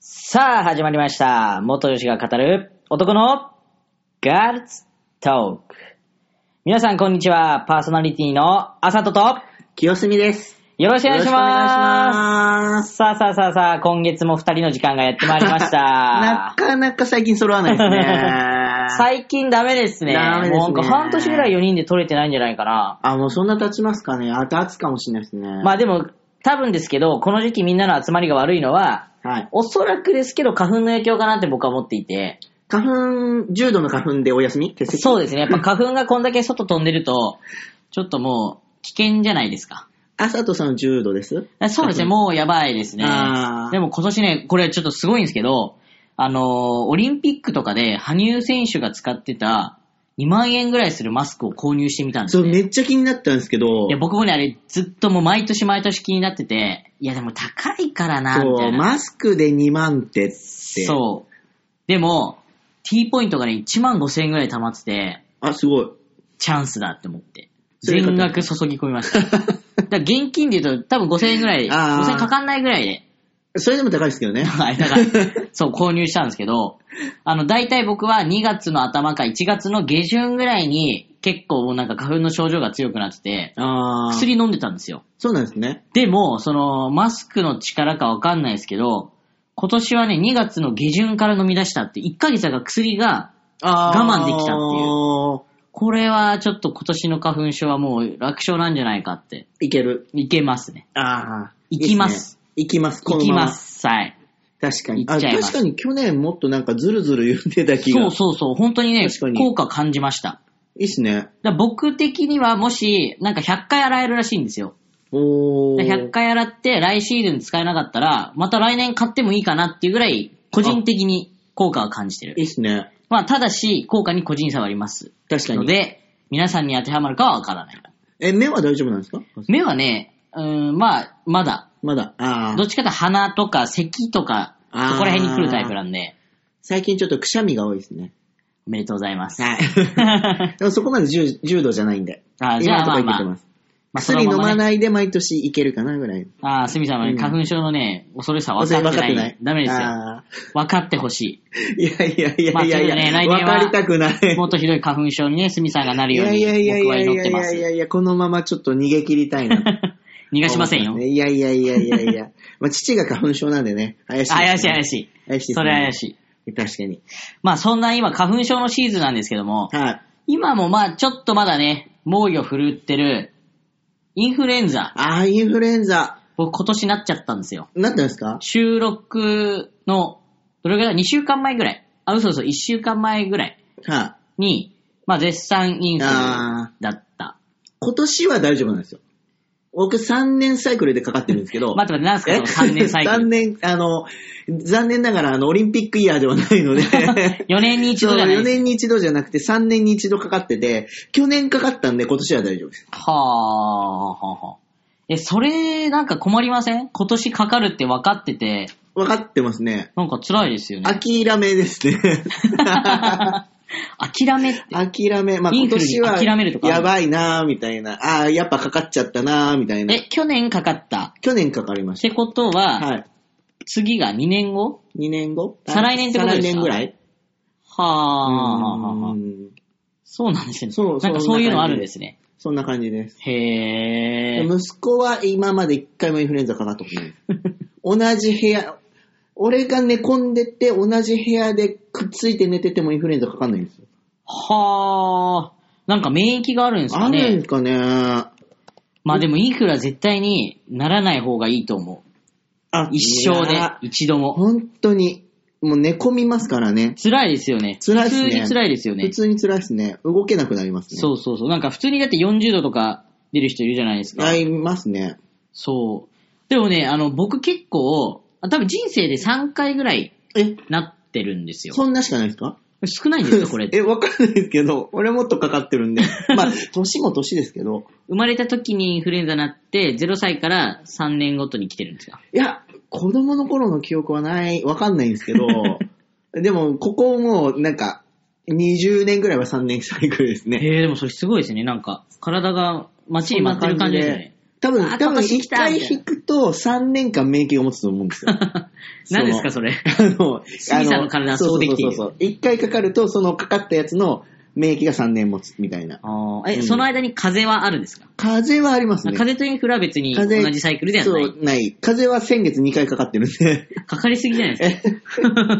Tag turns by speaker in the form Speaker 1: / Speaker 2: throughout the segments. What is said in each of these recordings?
Speaker 1: さあ、始まりました。元吉が語る男のガールズトーク。皆さん、こんにちは。パーソナリティのあさとと、
Speaker 2: 清澄です。
Speaker 1: よろしくお願いします。
Speaker 2: ま。
Speaker 1: さあさあさあさあ、今月も二人の時間がやってまいりまし
Speaker 2: な
Speaker 1: た。
Speaker 2: か なか最近揃わないです ね。
Speaker 1: 最近ダメですね。
Speaker 2: ダメですね
Speaker 1: もうなんか半年ぐらい4人で撮れてないんじゃないかな。
Speaker 2: あ、もうそんな経ちますかね。あと経つかもしれないですね。
Speaker 1: まあでも、多分ですけど、この時期みんなの集まりが悪いのは、
Speaker 2: はい。
Speaker 1: おそらくですけど花粉の影響かなって僕は思っていて。
Speaker 2: 花粉、重度の花粉でお休み欠席
Speaker 1: そうですね。やっ ぱ花粉がこんだけ外飛んでると、ちょっともう危険じゃないですか。
Speaker 2: あさとさん重度です
Speaker 1: そうですね。もうやばいですね
Speaker 2: あ。ー
Speaker 1: でも今年ね、これちょっとすごいんですけど、あのーオリンピックとかで羽生選手が使ってた2万円ぐらいするマスクを購入してみたんですよ、
Speaker 2: そう、
Speaker 1: ね。
Speaker 2: めっちゃ気になったんですけど
Speaker 1: いや、、僕もね、あれずっともう毎年毎年気になってて、いやでも高いからな、み
Speaker 2: そ
Speaker 1: た
Speaker 2: う、
Speaker 1: いな。
Speaker 2: マスクで2万ってって。う。
Speaker 1: そう。でも、T ポイントがね、1万5千円ぐらい溜まってて、
Speaker 2: あ、すごい。
Speaker 1: チャンスだって思って。
Speaker 2: それ
Speaker 1: 全額注ぎ込みました。だ から現金で言うと多分5000円ぐらい、
Speaker 2: あー
Speaker 1: 5000円かかんないぐらいで、
Speaker 2: それでも高いですけどね。
Speaker 1: はい だから、そう、購入したんですけど、あの、大体僕は2月の頭か1月の下旬ぐらいに結構もうなんか花粉の症状が強くなってて、
Speaker 2: あー
Speaker 1: 薬飲んでたんですよ。
Speaker 2: そうなんですね。
Speaker 1: でも、その、マスクの力かわかんないですけど、今年はね、2月の下旬から飲み出したって、1ヶ月が薬が、我慢できたって
Speaker 2: い
Speaker 1: これはちょっと今年の花粉症はもう楽勝なんじゃないかって、
Speaker 2: う。いける。
Speaker 1: いけますね。
Speaker 2: ああ。
Speaker 1: 行きます
Speaker 2: いいですね。行きます。こ
Speaker 1: 行
Speaker 2: の
Speaker 1: き
Speaker 2: まま
Speaker 1: ま。す。はい。
Speaker 2: 確かに。
Speaker 1: 行っ
Speaker 2: あ、
Speaker 1: ちゃいます
Speaker 2: 確かに去年もっとなんかズルズル言ってた気
Speaker 1: そ
Speaker 2: が。
Speaker 1: うそうそう。本当にね
Speaker 2: 確か、に
Speaker 1: 効果感じました。
Speaker 2: いいっすね。
Speaker 1: だから僕的にはもし、なんか100回洗えるらしいんですよ。
Speaker 2: おー。
Speaker 1: だから100回洗って来シーズン使えなかったら、また来年買ってもいいかなっていうぐらい、個人的に効果は感じて
Speaker 2: い
Speaker 1: る。
Speaker 2: いっすね。
Speaker 1: まあ、ただし、効果に個人差はあります。
Speaker 2: 確か
Speaker 1: の
Speaker 2: に。
Speaker 1: で、皆さんに当てはまるかはわからない。
Speaker 2: え、目は大丈夫なんですか
Speaker 1: 目はね、うーん、まあ、まだ。
Speaker 2: まだ。あ
Speaker 1: ど
Speaker 2: あ。
Speaker 1: っちかというと鼻とか咳とか、そ
Speaker 2: あー
Speaker 1: こら辺に来るタイプなんで、
Speaker 2: 最近ちょっとくしゃみが多いですね。
Speaker 1: おめでとうございます。
Speaker 2: はい。でもそこまで重重度じゃないんで。
Speaker 1: あーじゃ
Speaker 2: 今
Speaker 1: あ
Speaker 2: のとこい
Speaker 1: ま
Speaker 2: け
Speaker 1: あ
Speaker 2: て
Speaker 1: まあ
Speaker 2: ます。
Speaker 1: まあその
Speaker 2: 薬飲
Speaker 1: ままね
Speaker 2: まないで毎年いけるかなぐらい。
Speaker 1: ああ、すみさんはね、
Speaker 2: うん
Speaker 1: 花粉症のね、恐ろしさ
Speaker 2: あ
Speaker 1: 分かってない。ダメですよ。
Speaker 2: あ
Speaker 1: 分かってほし
Speaker 2: ーいやいやいやいやいや、
Speaker 1: まあちょっとね来年
Speaker 2: わ
Speaker 1: は
Speaker 2: かりたくない。
Speaker 1: い。もっとひどい花粉症にね、すみさんがなる
Speaker 2: い
Speaker 1: よう
Speaker 2: やい
Speaker 1: に、
Speaker 2: やいやい
Speaker 1: 僕は
Speaker 2: やい
Speaker 1: 祈っ
Speaker 2: や
Speaker 1: て
Speaker 2: い
Speaker 1: ま
Speaker 2: や
Speaker 1: す
Speaker 2: い。やいや、このままちょっと逃げ切りたいな。
Speaker 1: 逃がしませんよ。
Speaker 2: いやいやいやいやいや。 まあ、父が花粉症なんでね、怪しい、
Speaker 1: 怪しい怪
Speaker 2: い。
Speaker 1: しい。
Speaker 2: 怪しいですね
Speaker 1: それは怪しい。
Speaker 2: 確かに。
Speaker 1: まあそんな今、花粉症のシーズンなんですけども、
Speaker 2: はい。
Speaker 1: 今もまあちょっとまだね、猛威を振るってる、インフルエンザ。
Speaker 2: ああ、インフルエンザ、
Speaker 1: 僕今年なっちゃったんですよ。
Speaker 2: なったんですか
Speaker 1: 収録の、どれぐらい ?2 週間前ぐらい。あ、嘘嘘、1週間前ぐらい
Speaker 2: はい。
Speaker 1: に、まあ絶賛インフル
Speaker 2: あ
Speaker 1: だった。
Speaker 2: 今年は大丈夫なんですよ。僕3年サイクルでかかってるんです けど。
Speaker 1: 待って待って、何すかその3年 最
Speaker 2: 3
Speaker 1: 近。
Speaker 2: 年、あの、残念ながら、あの、オリンピックイヤーではないので。
Speaker 1: 4年に 一度じゃない
Speaker 2: 4
Speaker 1: です
Speaker 2: 年に一度じゃなくて3年に一度かかってて、去年かかったんで今年は大丈夫です。
Speaker 1: か。はあ、はあはあ。え、それ、なんか困りません今年かかるって分かってて、
Speaker 2: 分かってますね。
Speaker 1: なんか辛いですよ ね。
Speaker 2: 諦めです ね。
Speaker 1: 諦めって。
Speaker 2: 諦め、まあ、
Speaker 1: イン
Speaker 2: 今
Speaker 1: フルに
Speaker 2: 年は
Speaker 1: 諦めるとかある
Speaker 2: やばいなーみたいな、ああー、やっぱかかっちゃったなーみたいな。
Speaker 1: え、去年かかった。
Speaker 2: 去年かかりま
Speaker 1: っ
Speaker 2: して
Speaker 1: こと
Speaker 2: た。
Speaker 1: は、
Speaker 2: はい。
Speaker 1: 次が2年後
Speaker 2: 2年後
Speaker 1: 再来年ってことですか
Speaker 2: 再来年ぐらい
Speaker 1: はあ、はあはあ
Speaker 2: う
Speaker 1: はあ、
Speaker 2: ん
Speaker 1: そうなんですね。
Speaker 2: そ
Speaker 1: なん
Speaker 2: う
Speaker 1: か
Speaker 2: そんな
Speaker 1: そういうのあ
Speaker 2: 感じ
Speaker 1: るんですね。
Speaker 2: そんな感じです。
Speaker 1: へえ。
Speaker 2: 息子は今まで一回もインフルエンザかかったことな い。同じ部屋、俺が寝込んでて、同じ部屋でくっついて寝ててもインフルエンザかかんないんですよ。
Speaker 1: はあ。なんか免疫があるんですか
Speaker 2: あるん
Speaker 1: ね。
Speaker 2: ですかね。
Speaker 1: まあでもインフルは絶対にならない方がいいと思う。
Speaker 2: あ
Speaker 1: 一生
Speaker 2: い
Speaker 1: で
Speaker 2: や、
Speaker 1: 一度も。
Speaker 2: 本当に、もう寝込みますからね。
Speaker 1: 辛いですよね。
Speaker 2: 辛いっすね
Speaker 1: 普通に辛いですよね
Speaker 2: 普。通に辛いですね。動けなくなりますね。
Speaker 1: そうそうそう。なんか普通にだって40度とか出る人いるじゃないですか。
Speaker 2: ありますね。
Speaker 1: そう。でもね、あの、僕結構、あ多分人生で3回ぐらい
Speaker 2: え、
Speaker 1: なってるんですよ。
Speaker 2: そんなしかないですか。
Speaker 1: 少ないんですよ、これ
Speaker 2: え、わかんないですけど、俺もっとかかって るんで。まあ、年も年ですけど。
Speaker 1: 生まれた時にインフルエンザになって、0歳から3年ごとに来てるんですよ。
Speaker 2: いや、子供の頃の記憶はない、わかんないんです けど、でも、ここもう、なんか、20年ぐらいは3年サイクルですね。
Speaker 1: えー、でもそれすごいですね。なんか、体が待ちに待ってる感じですよね。
Speaker 2: 多分
Speaker 1: あ、
Speaker 2: 多
Speaker 1: 今
Speaker 2: 分
Speaker 1: 年
Speaker 2: 一
Speaker 1: 来た
Speaker 2: 回
Speaker 1: みたいな
Speaker 2: 引くと3年間免疫を持つと思う んですよ。
Speaker 1: 何ですか、そ
Speaker 2: そ
Speaker 1: れ。
Speaker 2: あの、
Speaker 1: シーサーの体はそうできている
Speaker 2: そうそうそうそう。一回かかると、そのかかったやつの免疫が3年持つみたいな。
Speaker 1: あーえ、
Speaker 2: うん
Speaker 1: その間に風邪はあるんですか、
Speaker 2: 風邪はありますね。
Speaker 1: 風邪とインフルは別に同
Speaker 2: 風邪
Speaker 1: じサイクルではな
Speaker 2: そ。、
Speaker 1: いう
Speaker 2: ない。風邪は先月2回かかってるんで。
Speaker 1: かかりすぎじゃないです
Speaker 2: え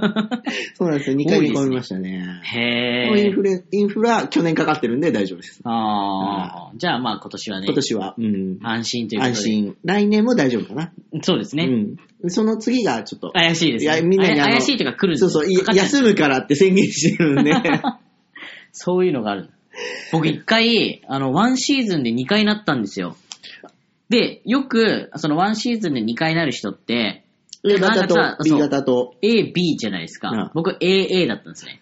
Speaker 2: そうなんですよ。2回見込みましたね
Speaker 1: か。。
Speaker 2: イ
Speaker 1: へ
Speaker 2: ン
Speaker 1: ー
Speaker 2: フレ、インフラ、去年かかってるんで大丈夫です。
Speaker 1: あーじゃあまあ今年はね
Speaker 2: 今、年は。うん。
Speaker 1: 安心ということ
Speaker 2: 安
Speaker 1: で。
Speaker 2: 心。来年も大丈夫かな。
Speaker 1: そうですね。
Speaker 2: うん。その次がちょっと。
Speaker 1: 怪しいです
Speaker 2: い
Speaker 1: ね。
Speaker 2: やみんなに
Speaker 1: あ
Speaker 2: あの
Speaker 1: や怪しいというか来るんです
Speaker 2: そ
Speaker 1: よ
Speaker 2: うそう、い
Speaker 1: かかっちゃう
Speaker 2: 休むからって宣言して るんで。
Speaker 1: そういうのがある。僕一回、あの、ワンシーズンで2回なったんですよ。で、よく、そのワンシーズンで2回なる人って、
Speaker 2: A
Speaker 1: なんかさ
Speaker 2: 型と B 型と。
Speaker 1: A、B じゃないですか。
Speaker 2: うん
Speaker 1: 僕 AA だったんですね。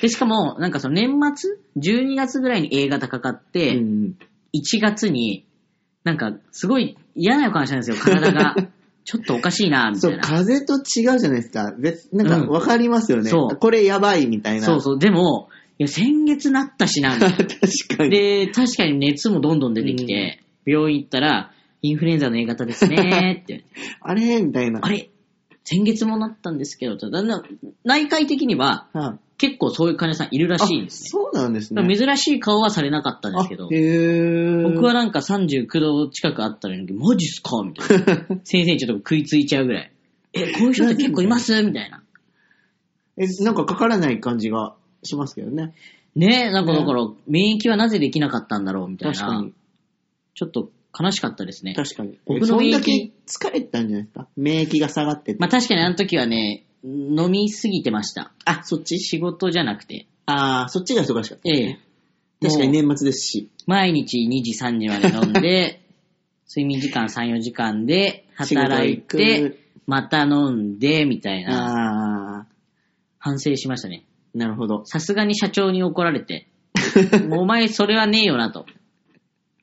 Speaker 1: で、しかも、なんかその年末 ?12 月ぐらいに A 型かかっ
Speaker 2: う
Speaker 1: て、
Speaker 2: ん。
Speaker 1: 1月に、なんか、すごい嫌な予感したんですよ、体 が。ちょっとおかしいな、みた
Speaker 2: そ、
Speaker 1: いうな。
Speaker 2: 風邪と違うじゃないですか。別なんか
Speaker 1: うん
Speaker 2: 分かりますよね。
Speaker 1: そう
Speaker 2: これやばいみたいな。
Speaker 1: そうそう、でも、いや、先月なったしな、みたいな
Speaker 2: 確かに。
Speaker 1: で、確かに熱もどんどん出てきて、病院行ったら、インフルエンザの A 型ですねー って。
Speaker 2: あれみたいな。
Speaker 1: あれ先月もなったんですけど、だんだん、内科医的には
Speaker 2: はい
Speaker 1: 結構そういう患者さんいるらしいんですね。
Speaker 2: そうなんです
Speaker 1: だ
Speaker 2: ね。
Speaker 1: から珍しい顔はされなかったんですけど
Speaker 2: あ、へー
Speaker 1: 僕はなんか39度近くあったのに、マジっすかみ たいな。先生にちょっと食いついちゃうぐらい。え、こういう人って結構いますみたいな。
Speaker 2: え、なんかかからない感じがしますけどね。
Speaker 1: ねえ、なんかだから、免疫はなぜできなかったんだろうみたい
Speaker 2: 確か
Speaker 1: な
Speaker 2: に。。
Speaker 1: ちょっと悲しかったですね。
Speaker 2: 確かに。
Speaker 1: 僕
Speaker 2: 僕
Speaker 1: の
Speaker 2: の
Speaker 1: 免疫
Speaker 2: そんだけ疲れてたんじゃないですか免疫が下がってて。
Speaker 1: まあ確かにあの時はね、飲みすぎてました。
Speaker 2: あ、そっち
Speaker 1: 仕事じゃなくて。
Speaker 2: ああ、そっちが忙しかっ
Speaker 1: ええ。
Speaker 2: た。確かに
Speaker 1: もう。
Speaker 2: 年末ですし。
Speaker 1: 毎日2時3時まで飲ん で、睡眠時間3、4時間で働い
Speaker 2: 仕事行
Speaker 1: て
Speaker 2: く、
Speaker 1: また飲んで、みたいな、
Speaker 2: ああ、
Speaker 1: 反省しましたね。
Speaker 2: なるほど。
Speaker 1: さすがに社長に怒られて、お前それはねえよなと。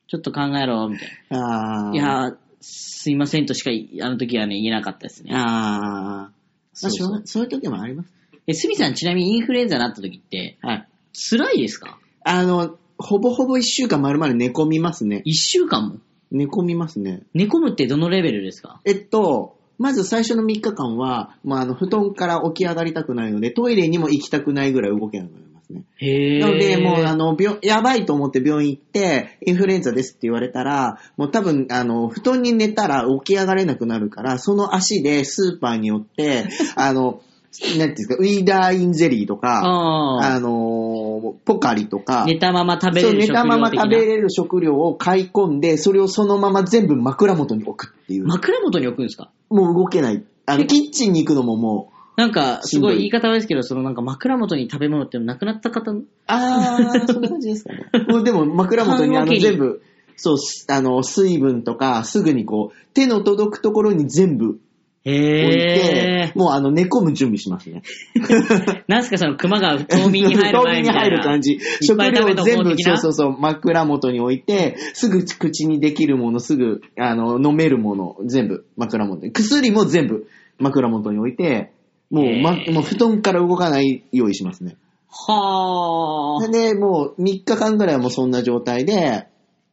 Speaker 1: ちょっと考えろ、みたい
Speaker 2: ああ。
Speaker 1: な。いやー、すいませんとしかい、あの時はね、言えなかったですね。
Speaker 2: ああ。
Speaker 1: そ
Speaker 2: そう
Speaker 1: そう
Speaker 2: うそういう時もあります。
Speaker 1: え、すみさんちなみにインフルエンザになった時って、
Speaker 2: はい。
Speaker 1: 辛いですか
Speaker 2: あの、ほぼほぼ一週間丸々寝込みますね。
Speaker 1: 一週間も
Speaker 2: 寝込みますね。
Speaker 1: 寝込むってどのレベルですか
Speaker 2: えっと、まず最初の3日間は、まあ、あの、布団から起き上がりたくないので、トイレにも行きたくないぐらい動けなくなりますね。
Speaker 1: へ
Speaker 2: なので、もう、あ
Speaker 1: の、
Speaker 2: の、病、やばいと思って病院行って、インフルエンザですって言われたら、もう多分、あの、布団に寝たら起き上がれなくなるから、その足でスーパーに寄 って、あの、なんていうんですか、ウィーダーインゼリーとか、
Speaker 1: あ
Speaker 2: あの、ポカリと
Speaker 1: あ
Speaker 2: か、
Speaker 1: 寝たまま食べ
Speaker 2: そ
Speaker 1: れ
Speaker 2: う
Speaker 1: る
Speaker 2: 寝
Speaker 1: 食料的な
Speaker 2: たまま食べれる食料を買い込んで、それをそのまま全部枕元に置くっていう。
Speaker 1: 枕元に置くんですか
Speaker 2: もう動けない。あの、キッチンに行くのももう、
Speaker 1: なんか、すごい
Speaker 2: しんどい
Speaker 1: 言い方悪いですけど、そのなんか枕元に食べ物ってなくなった方、
Speaker 2: あー、そんな感じです かね。もうでも枕元にあ
Speaker 1: 缶
Speaker 2: の
Speaker 1: 桶に
Speaker 2: 全部、そう、すあの、水分とか、すぐにこう、手の届くところに全部置いて
Speaker 1: へ、
Speaker 2: もうあの、寝込む準備しますね。
Speaker 1: ー。なんすかその熊が冬眠に入る前みたいな。
Speaker 2: 冬眠に入る感じ。
Speaker 1: っ
Speaker 2: 食
Speaker 1: ぱい食べ
Speaker 2: 料
Speaker 1: た方
Speaker 2: 全部、
Speaker 1: 的
Speaker 2: そ
Speaker 1: な
Speaker 2: うそうそう、枕元に置いて、すぐ口にできるもの、すぐ、あの、飲めるもの、全部枕元に。薬も全部枕元に置いて、もう、ま
Speaker 1: へー、
Speaker 2: もう布団から動かないようにしますね。
Speaker 1: はー。
Speaker 2: で、もう3日間ぐらいもそんな状態で、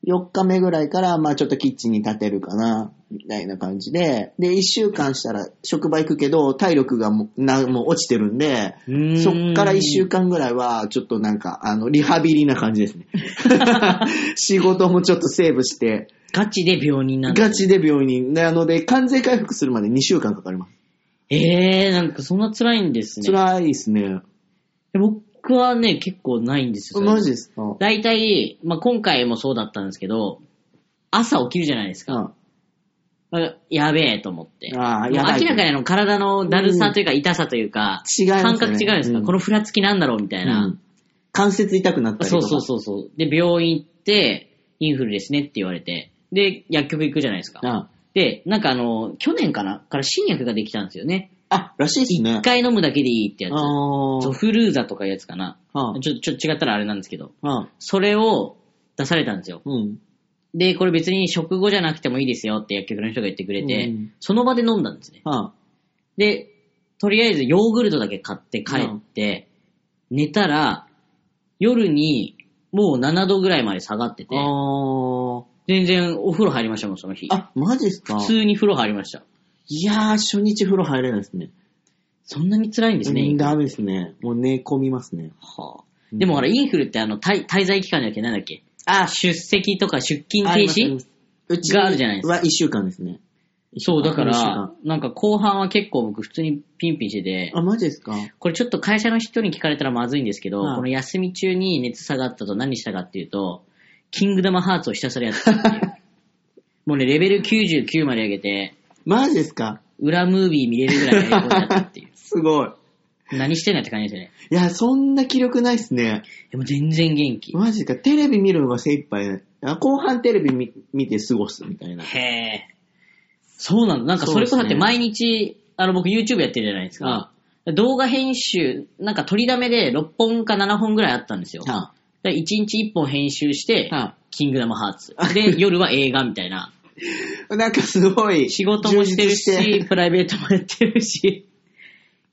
Speaker 2: 4日目ぐらいから、まあちょっとキッチンに立てるかな、みたいな感じで、で、1週間したら職場行くけど、体力がもうなもう落ちてるんで、
Speaker 1: うーん
Speaker 2: そっから1週間ぐらいは、ちょっとなんか、あの、リハビリな感 じですね。仕事もちょっとセーブして、
Speaker 1: ガチで病人なんだ。
Speaker 2: ガチで病院なので、完全回復するまで2週間かかります。
Speaker 1: えー、なんかそんな辛いんですね。
Speaker 2: 辛いですね。
Speaker 1: 僕はね、結構ないんですよ。
Speaker 2: マジですか
Speaker 1: 大体、まあ、今回もそうだったんですけど、朝起きるじゃないですか。
Speaker 2: うん
Speaker 1: あやべえと思って。
Speaker 2: ああ
Speaker 1: もう
Speaker 2: やばい
Speaker 1: 明らかにあの体のだるさというか痛さというか、
Speaker 2: 違いますね
Speaker 1: 感覚違うんですか、
Speaker 2: うん
Speaker 1: このふらつきなんだろうみたいな。
Speaker 2: うん関節痛くなったり
Speaker 1: そ
Speaker 2: とか。
Speaker 1: うそうそうそう。で、病院行って、インフルですねって言われて、で、薬局行くじゃないですか。
Speaker 2: あ
Speaker 1: で、なんかあの、去年かなから新薬ができたんですよね。
Speaker 2: あ、らしいですね。
Speaker 1: 一回飲むだけでいいってやつ。
Speaker 2: あ
Speaker 1: ゾ
Speaker 2: ー
Speaker 1: フルーザとかいうやつかな。
Speaker 2: は
Speaker 1: ちょ、ちょ、違ったらあれなんですけど。
Speaker 2: あはあ
Speaker 1: それを出されたんですよ。
Speaker 2: うん。
Speaker 1: で、これ別に食後じゃなくてもいいですよって薬局の人が言ってくれて、
Speaker 2: うん
Speaker 1: その場で飲んだんですね。
Speaker 2: はあ
Speaker 1: で、とりあえずヨーグルトだけ買って帰って、寝たら、夜にもう7度ぐらいまで下がってて、
Speaker 2: あー。
Speaker 1: 全然お風呂入りましたもん、その日。
Speaker 2: あ、マジですか
Speaker 1: 普通に風呂入りました。
Speaker 2: いやー、初日風呂入れないですね。
Speaker 1: そんなに辛いんですね、
Speaker 2: う
Speaker 1: イ
Speaker 2: ん
Speaker 1: ンフル
Speaker 2: ダメですね。もう寝込みますね。
Speaker 1: はあ、でもほら、インフルってあの、滞滞在期間じゃなくてなんだっけあ、出席とか出勤
Speaker 2: ありますあ
Speaker 1: 停
Speaker 2: りま
Speaker 1: 止
Speaker 2: すうち
Speaker 1: があるじゃないですか
Speaker 2: は1週間ですね。
Speaker 1: そう、だか
Speaker 2: 一週
Speaker 1: ら
Speaker 2: 間、
Speaker 1: なんか後半は結構僕普通にピンピンしてて、
Speaker 2: あ、マジですか
Speaker 1: これちょっと会社の人に聞かれたらまずいんですけど、
Speaker 2: はい
Speaker 1: この休み中に熱下がったと何したかっていうと、キングダムハーツをひたすらやってたっていう もうね、レベル99まで上げて、
Speaker 2: マジですか
Speaker 1: 裏ムービー見れるぐらいの英語になったってい
Speaker 2: すご い。
Speaker 1: う。何してんだって感じですよね。
Speaker 2: いや、そんな気力ないっすね。
Speaker 1: でも全然元気。
Speaker 2: マジか。テレビ見るのが精一杯。あ後半テレビ見見て過ごすみたいな。
Speaker 1: へえ。そうなのなんかそれこそだって毎日、あの僕 YouTube やってるじゃないですか。動画編集、なんか取りだめで6本か7本ぐらいあったんですよ。
Speaker 2: は
Speaker 1: 1日1本編集して、
Speaker 2: は
Speaker 1: キングダムハーツ。 で、夜は映画みたいな。
Speaker 2: あ なんかすごい。
Speaker 1: 仕事もしてる
Speaker 2: 充実
Speaker 1: し、
Speaker 2: て
Speaker 1: プライベートもやってるし。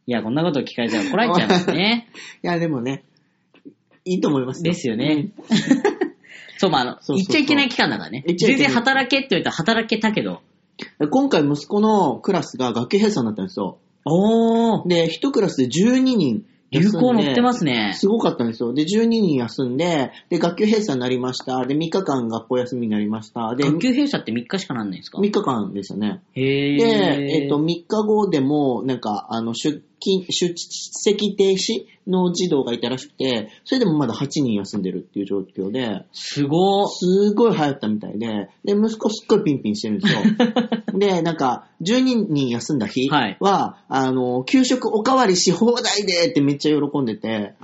Speaker 1: いや、こんなこと聞かれたらこらえちゃいます ね。
Speaker 2: いや、でもね、いいと思いますよ
Speaker 1: ですよね。 そう、まあ、あの、
Speaker 2: そう
Speaker 1: 言っち
Speaker 2: そうそう
Speaker 1: ゃいけない期間だからね。
Speaker 2: 言っちゃい
Speaker 1: 全
Speaker 2: けない
Speaker 1: 然働けって言われたら働けたけど。
Speaker 2: 今回息子のクラスが学級閉鎖になったんですよ。
Speaker 1: おー、
Speaker 2: で、一クラスで12人
Speaker 1: 流
Speaker 2: 休んで。
Speaker 1: 行乗ってますね。
Speaker 2: すごかったんですよ。で、12人休んで、で、学級閉鎖になりました。で、3日間学校休みになりました。で、
Speaker 1: 学
Speaker 2: 3
Speaker 1: 級閉鎖って3日しかなんないんですか
Speaker 2: 日間でしたね。
Speaker 1: へ
Speaker 2: で、
Speaker 1: え
Speaker 2: えっと、3日後でも、なんか、あの、出勤、出席停止の児童がいたらしくて、それでもまだ8人休んでるっていう状況で、
Speaker 1: すごー。
Speaker 2: すごい流行ったみたいで、で、息子すっごいピンピンしてるんで すよ。で、なんか、12人休んだ日
Speaker 1: はい
Speaker 2: は、あの、給食おかわりし放題でってめっちゃ喜んでて、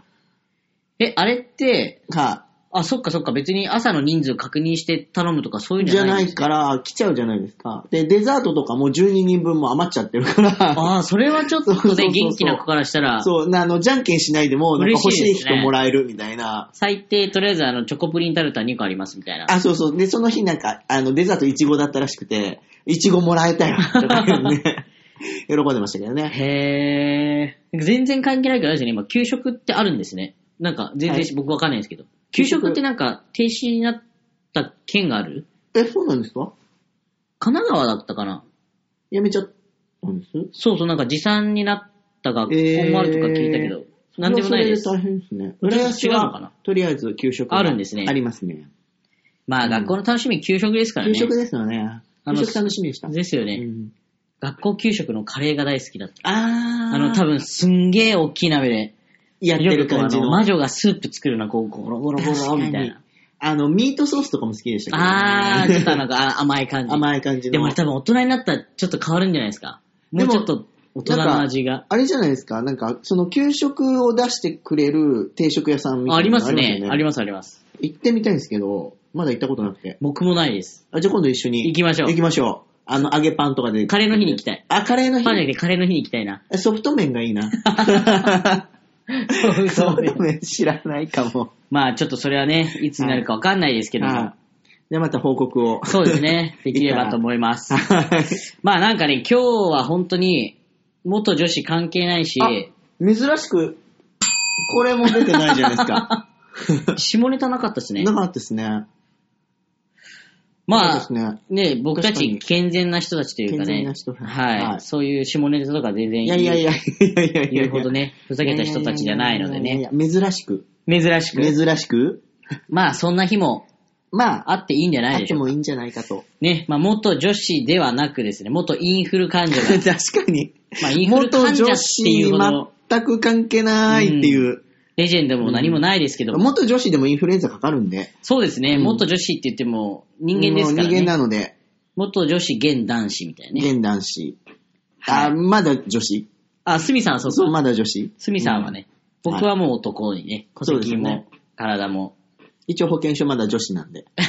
Speaker 1: え、あれって、
Speaker 2: か、
Speaker 1: あ、そっかそっか、別に朝の人数確認して頼むとかそういうん
Speaker 2: じ
Speaker 1: じゃ
Speaker 2: ゃ
Speaker 1: な
Speaker 2: ない
Speaker 1: ん
Speaker 2: い
Speaker 1: です
Speaker 2: から、来ちゃうじゃないですか。で、デザートとかも12人分も余っちゃってるから、
Speaker 1: ああ、それはちょっ
Speaker 2: そうそ
Speaker 1: と
Speaker 2: うそうそ
Speaker 1: ね、
Speaker 2: う
Speaker 1: 元気な子からしたら、
Speaker 2: そう、なあの、じゃんけんしないでも、なんか欲し
Speaker 1: 嬉しい
Speaker 2: い
Speaker 1: ですね
Speaker 2: 人もらえるみたいな。
Speaker 1: 最低、とりあえずあの、チョコプリンタルタ2個ありますみたいな。
Speaker 2: あ、そうそう。で、その日なんか、あの、デザートイチゴだったらしくて、イチゴもらえたよ、とか言う ね。喜んでましたけどね。
Speaker 1: へえ。全然関係ないけど、あれですよね、今、給食ってあるんですね。なんか、全然、
Speaker 2: はい
Speaker 1: 僕わかんないんですけど。給
Speaker 2: 給食
Speaker 1: 食ってなんか、停止になった県がある
Speaker 2: え、そうなんですか
Speaker 1: 神奈川だったかな
Speaker 2: やめちゃったんです
Speaker 1: そうそう、なんか持参になった学校もあるとか聞いたけど、なんでもないです
Speaker 2: そ。れはそれで大変ですね。
Speaker 1: ちょ
Speaker 2: 浦
Speaker 1: っと
Speaker 2: 安
Speaker 1: 違うのかな
Speaker 2: は、とりあえず給食が
Speaker 1: あるんですね
Speaker 2: ありますね。
Speaker 1: まあ、学校の楽しみ、給食ですからね。
Speaker 2: 給食ですよね。
Speaker 1: あの
Speaker 2: 給食楽しみでした。
Speaker 1: ですよ
Speaker 2: う
Speaker 1: ね、
Speaker 2: ん
Speaker 1: 学校給食のカレーが大好きだった。
Speaker 2: あー。
Speaker 1: あの、多分、すんげえ大きい鍋で、
Speaker 2: やってる感じ
Speaker 1: よくあの
Speaker 2: の。
Speaker 1: 魔女がスープ作るな、こう、ゴロゴロゴロ、みた いな。
Speaker 2: あの、ミートソースとかも好きでしたけど、ね。
Speaker 1: あー、ちょっとなんかあ甘い感じ。
Speaker 2: 甘い感じの。
Speaker 1: でもあれ多分大人になったらちょっと変わるんじゃないですか。もうちょっと大人の味が。
Speaker 2: あれじゃないですか、なんか、その給食を出してくれる定食屋さんみ
Speaker 1: あ
Speaker 2: た
Speaker 1: あ
Speaker 2: い
Speaker 1: り
Speaker 2: な
Speaker 1: ま
Speaker 2: の
Speaker 1: すね。ありま
Speaker 2: ますよ
Speaker 1: すあります。
Speaker 2: 行ってみたいんですけど、まだ行ったことなくて。
Speaker 1: 僕もないです。
Speaker 2: あ、じゃあ今度一緒に。
Speaker 1: 行きましょう
Speaker 2: 行きましょう。あの、揚げパンとかで。
Speaker 1: カレーの日に行きたい。
Speaker 2: あ、カレーの
Speaker 1: パンじゃな
Speaker 2: 日
Speaker 1: くてカレーの日に行きた いな。
Speaker 2: ソフト麺がいいな。
Speaker 1: そう
Speaker 2: ソ
Speaker 1: そう
Speaker 2: フト麺知らないかも。
Speaker 1: まあちょっとそれはね、いつになるかわかんないですけども。
Speaker 2: はい。じゃあまた報告を。
Speaker 1: そう ですね。できればと思います。 まあなんかね、今日は本当に、元女子関係ないし、
Speaker 2: 珍しく、これも出てないじゃないですか。
Speaker 1: 下ネタなかったです ね
Speaker 2: な。かったですね。
Speaker 1: ま
Speaker 2: そ
Speaker 1: あ、
Speaker 2: うですね。
Speaker 1: ね、僕た
Speaker 2: 確か
Speaker 1: ち
Speaker 2: に
Speaker 1: 健全な人たちというかね
Speaker 2: 健全な、人
Speaker 1: は。
Speaker 2: はいい
Speaker 1: そういう下ネタとか全然
Speaker 2: いやいやいやいやいやいや。
Speaker 1: 言うほどね、ふざけた人たちじゃないので
Speaker 2: いやい
Speaker 1: ね。
Speaker 2: やいやいや。珍しく。
Speaker 1: 珍しく。
Speaker 2: 珍しく。
Speaker 1: まあ、そんな日も
Speaker 2: まあ、
Speaker 1: あっていいんじゃな
Speaker 2: あ
Speaker 1: い
Speaker 2: っ
Speaker 1: でしてょうか。
Speaker 2: もいいんじゃない かと。
Speaker 1: ね、まあ、元女子ではなくですね、元インフル患者が
Speaker 2: 確、かに。
Speaker 1: まあ、インフル
Speaker 2: 元
Speaker 1: 患者
Speaker 2: 女
Speaker 1: っ
Speaker 2: 子
Speaker 1: てい
Speaker 2: に
Speaker 1: うほど、
Speaker 2: 全く関係ないっていう。
Speaker 1: レジェンドも何もないですけども、
Speaker 2: 元女子でもインフルエンザかかるんで。
Speaker 1: そうですね、
Speaker 2: うん
Speaker 1: 元女子って言っても人間ですから
Speaker 2: もう人間
Speaker 1: ね。
Speaker 2: なので、
Speaker 1: 元女子、現男子みたいなね。
Speaker 2: 現男子。
Speaker 1: はい
Speaker 2: あ、まだ女子
Speaker 1: あ、スミさんはそう
Speaker 2: そう、
Speaker 1: か。
Speaker 2: まだ女子。
Speaker 1: スミさんはね、
Speaker 2: うん
Speaker 1: 僕はもう男にね、戸
Speaker 2: そうで
Speaker 1: 籍
Speaker 2: す
Speaker 1: も、
Speaker 2: ね
Speaker 1: 体も、
Speaker 2: 一応保険証まだ女子なんで。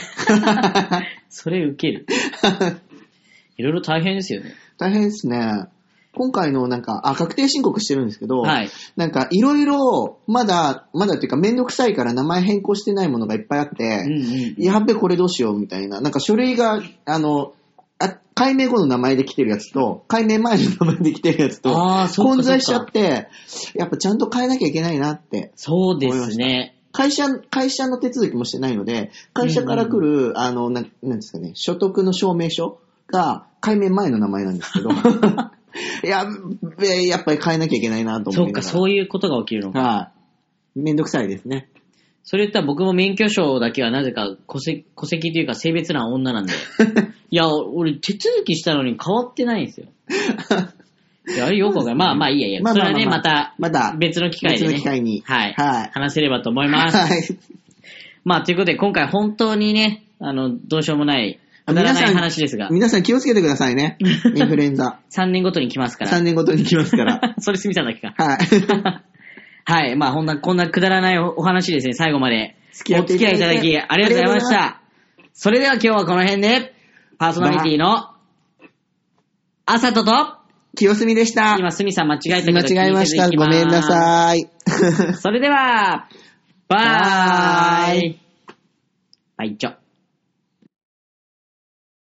Speaker 1: それ受ける。いろいろ大変ですよね。
Speaker 2: 大変ですね。今回のなんか、あ、確定申告してるんですけど、
Speaker 1: はい。
Speaker 2: なんかいろいろ、まだ、まだっていうかめんどくさいから名前変更してないものがいっぱいあって、
Speaker 1: うんうん。
Speaker 2: やべ、これどうしようみたいな。なんか書類が、あの、あ解明後の名前で来てるやつと、解明前の名前で来てるやつと
Speaker 1: あー、そっかそっか
Speaker 2: 混在しちゃって、やっぱちゃんと変えなきゃいけないなって。
Speaker 1: そうですね。
Speaker 2: 会社、会社の手続きもしてないので、会社から来る、あの、なんなんですかね、所得の証明書が、改名前の名前なんですけ ど、いや、べやっぱり変えなきゃいけないなと
Speaker 1: そ
Speaker 2: 思
Speaker 1: う
Speaker 2: い
Speaker 1: か、
Speaker 2: ながら。
Speaker 1: そういうことが起きるのか。
Speaker 2: はい。めんどくさいですね。
Speaker 1: それ言ったら僕も免許証だけはなぜか戸籍、戸籍というか性別欄女なんで。 いや、俺手続きしたのに変わってないんですよ。いや、あれよくわかんないまあまあいい やいや。それはね、また
Speaker 2: また、
Speaker 1: 別の機会で
Speaker 2: 別
Speaker 1: ね。
Speaker 2: の機会に
Speaker 1: はい。
Speaker 2: はい
Speaker 1: 話せればと思います。
Speaker 2: はい。
Speaker 1: まあ、ということで今回本当にね、あの、どうしようもない、くだらない話ですが、
Speaker 2: 皆さん気をつけてくださ いね。インフルエンザ。
Speaker 1: 3年ごとに来ますか
Speaker 2: 3
Speaker 1: ら。
Speaker 2: 年ごとに来ますから。
Speaker 1: それすみさんだけか。
Speaker 2: はい。
Speaker 1: はい。まあ、こんな、こんなくだらないおお話ですね、最後まで。
Speaker 2: 付き合
Speaker 1: お
Speaker 2: って
Speaker 1: 付
Speaker 2: い
Speaker 1: き
Speaker 2: た
Speaker 1: 合
Speaker 2: だ
Speaker 1: い
Speaker 2: い
Speaker 1: い
Speaker 2: て
Speaker 1: ただき、ありがとうございまし
Speaker 2: ありが
Speaker 1: た。それでは今日はこの辺で、パーソナリティの、あさとと、
Speaker 2: 清澄でした。
Speaker 1: 今、すみさん間違えたけど
Speaker 2: 間違えました。
Speaker 1: 気にせず行き
Speaker 2: ご
Speaker 1: ます
Speaker 2: めんなさい。
Speaker 1: それでは、バ
Speaker 2: バ
Speaker 1: イ
Speaker 2: イ
Speaker 1: バイチョ。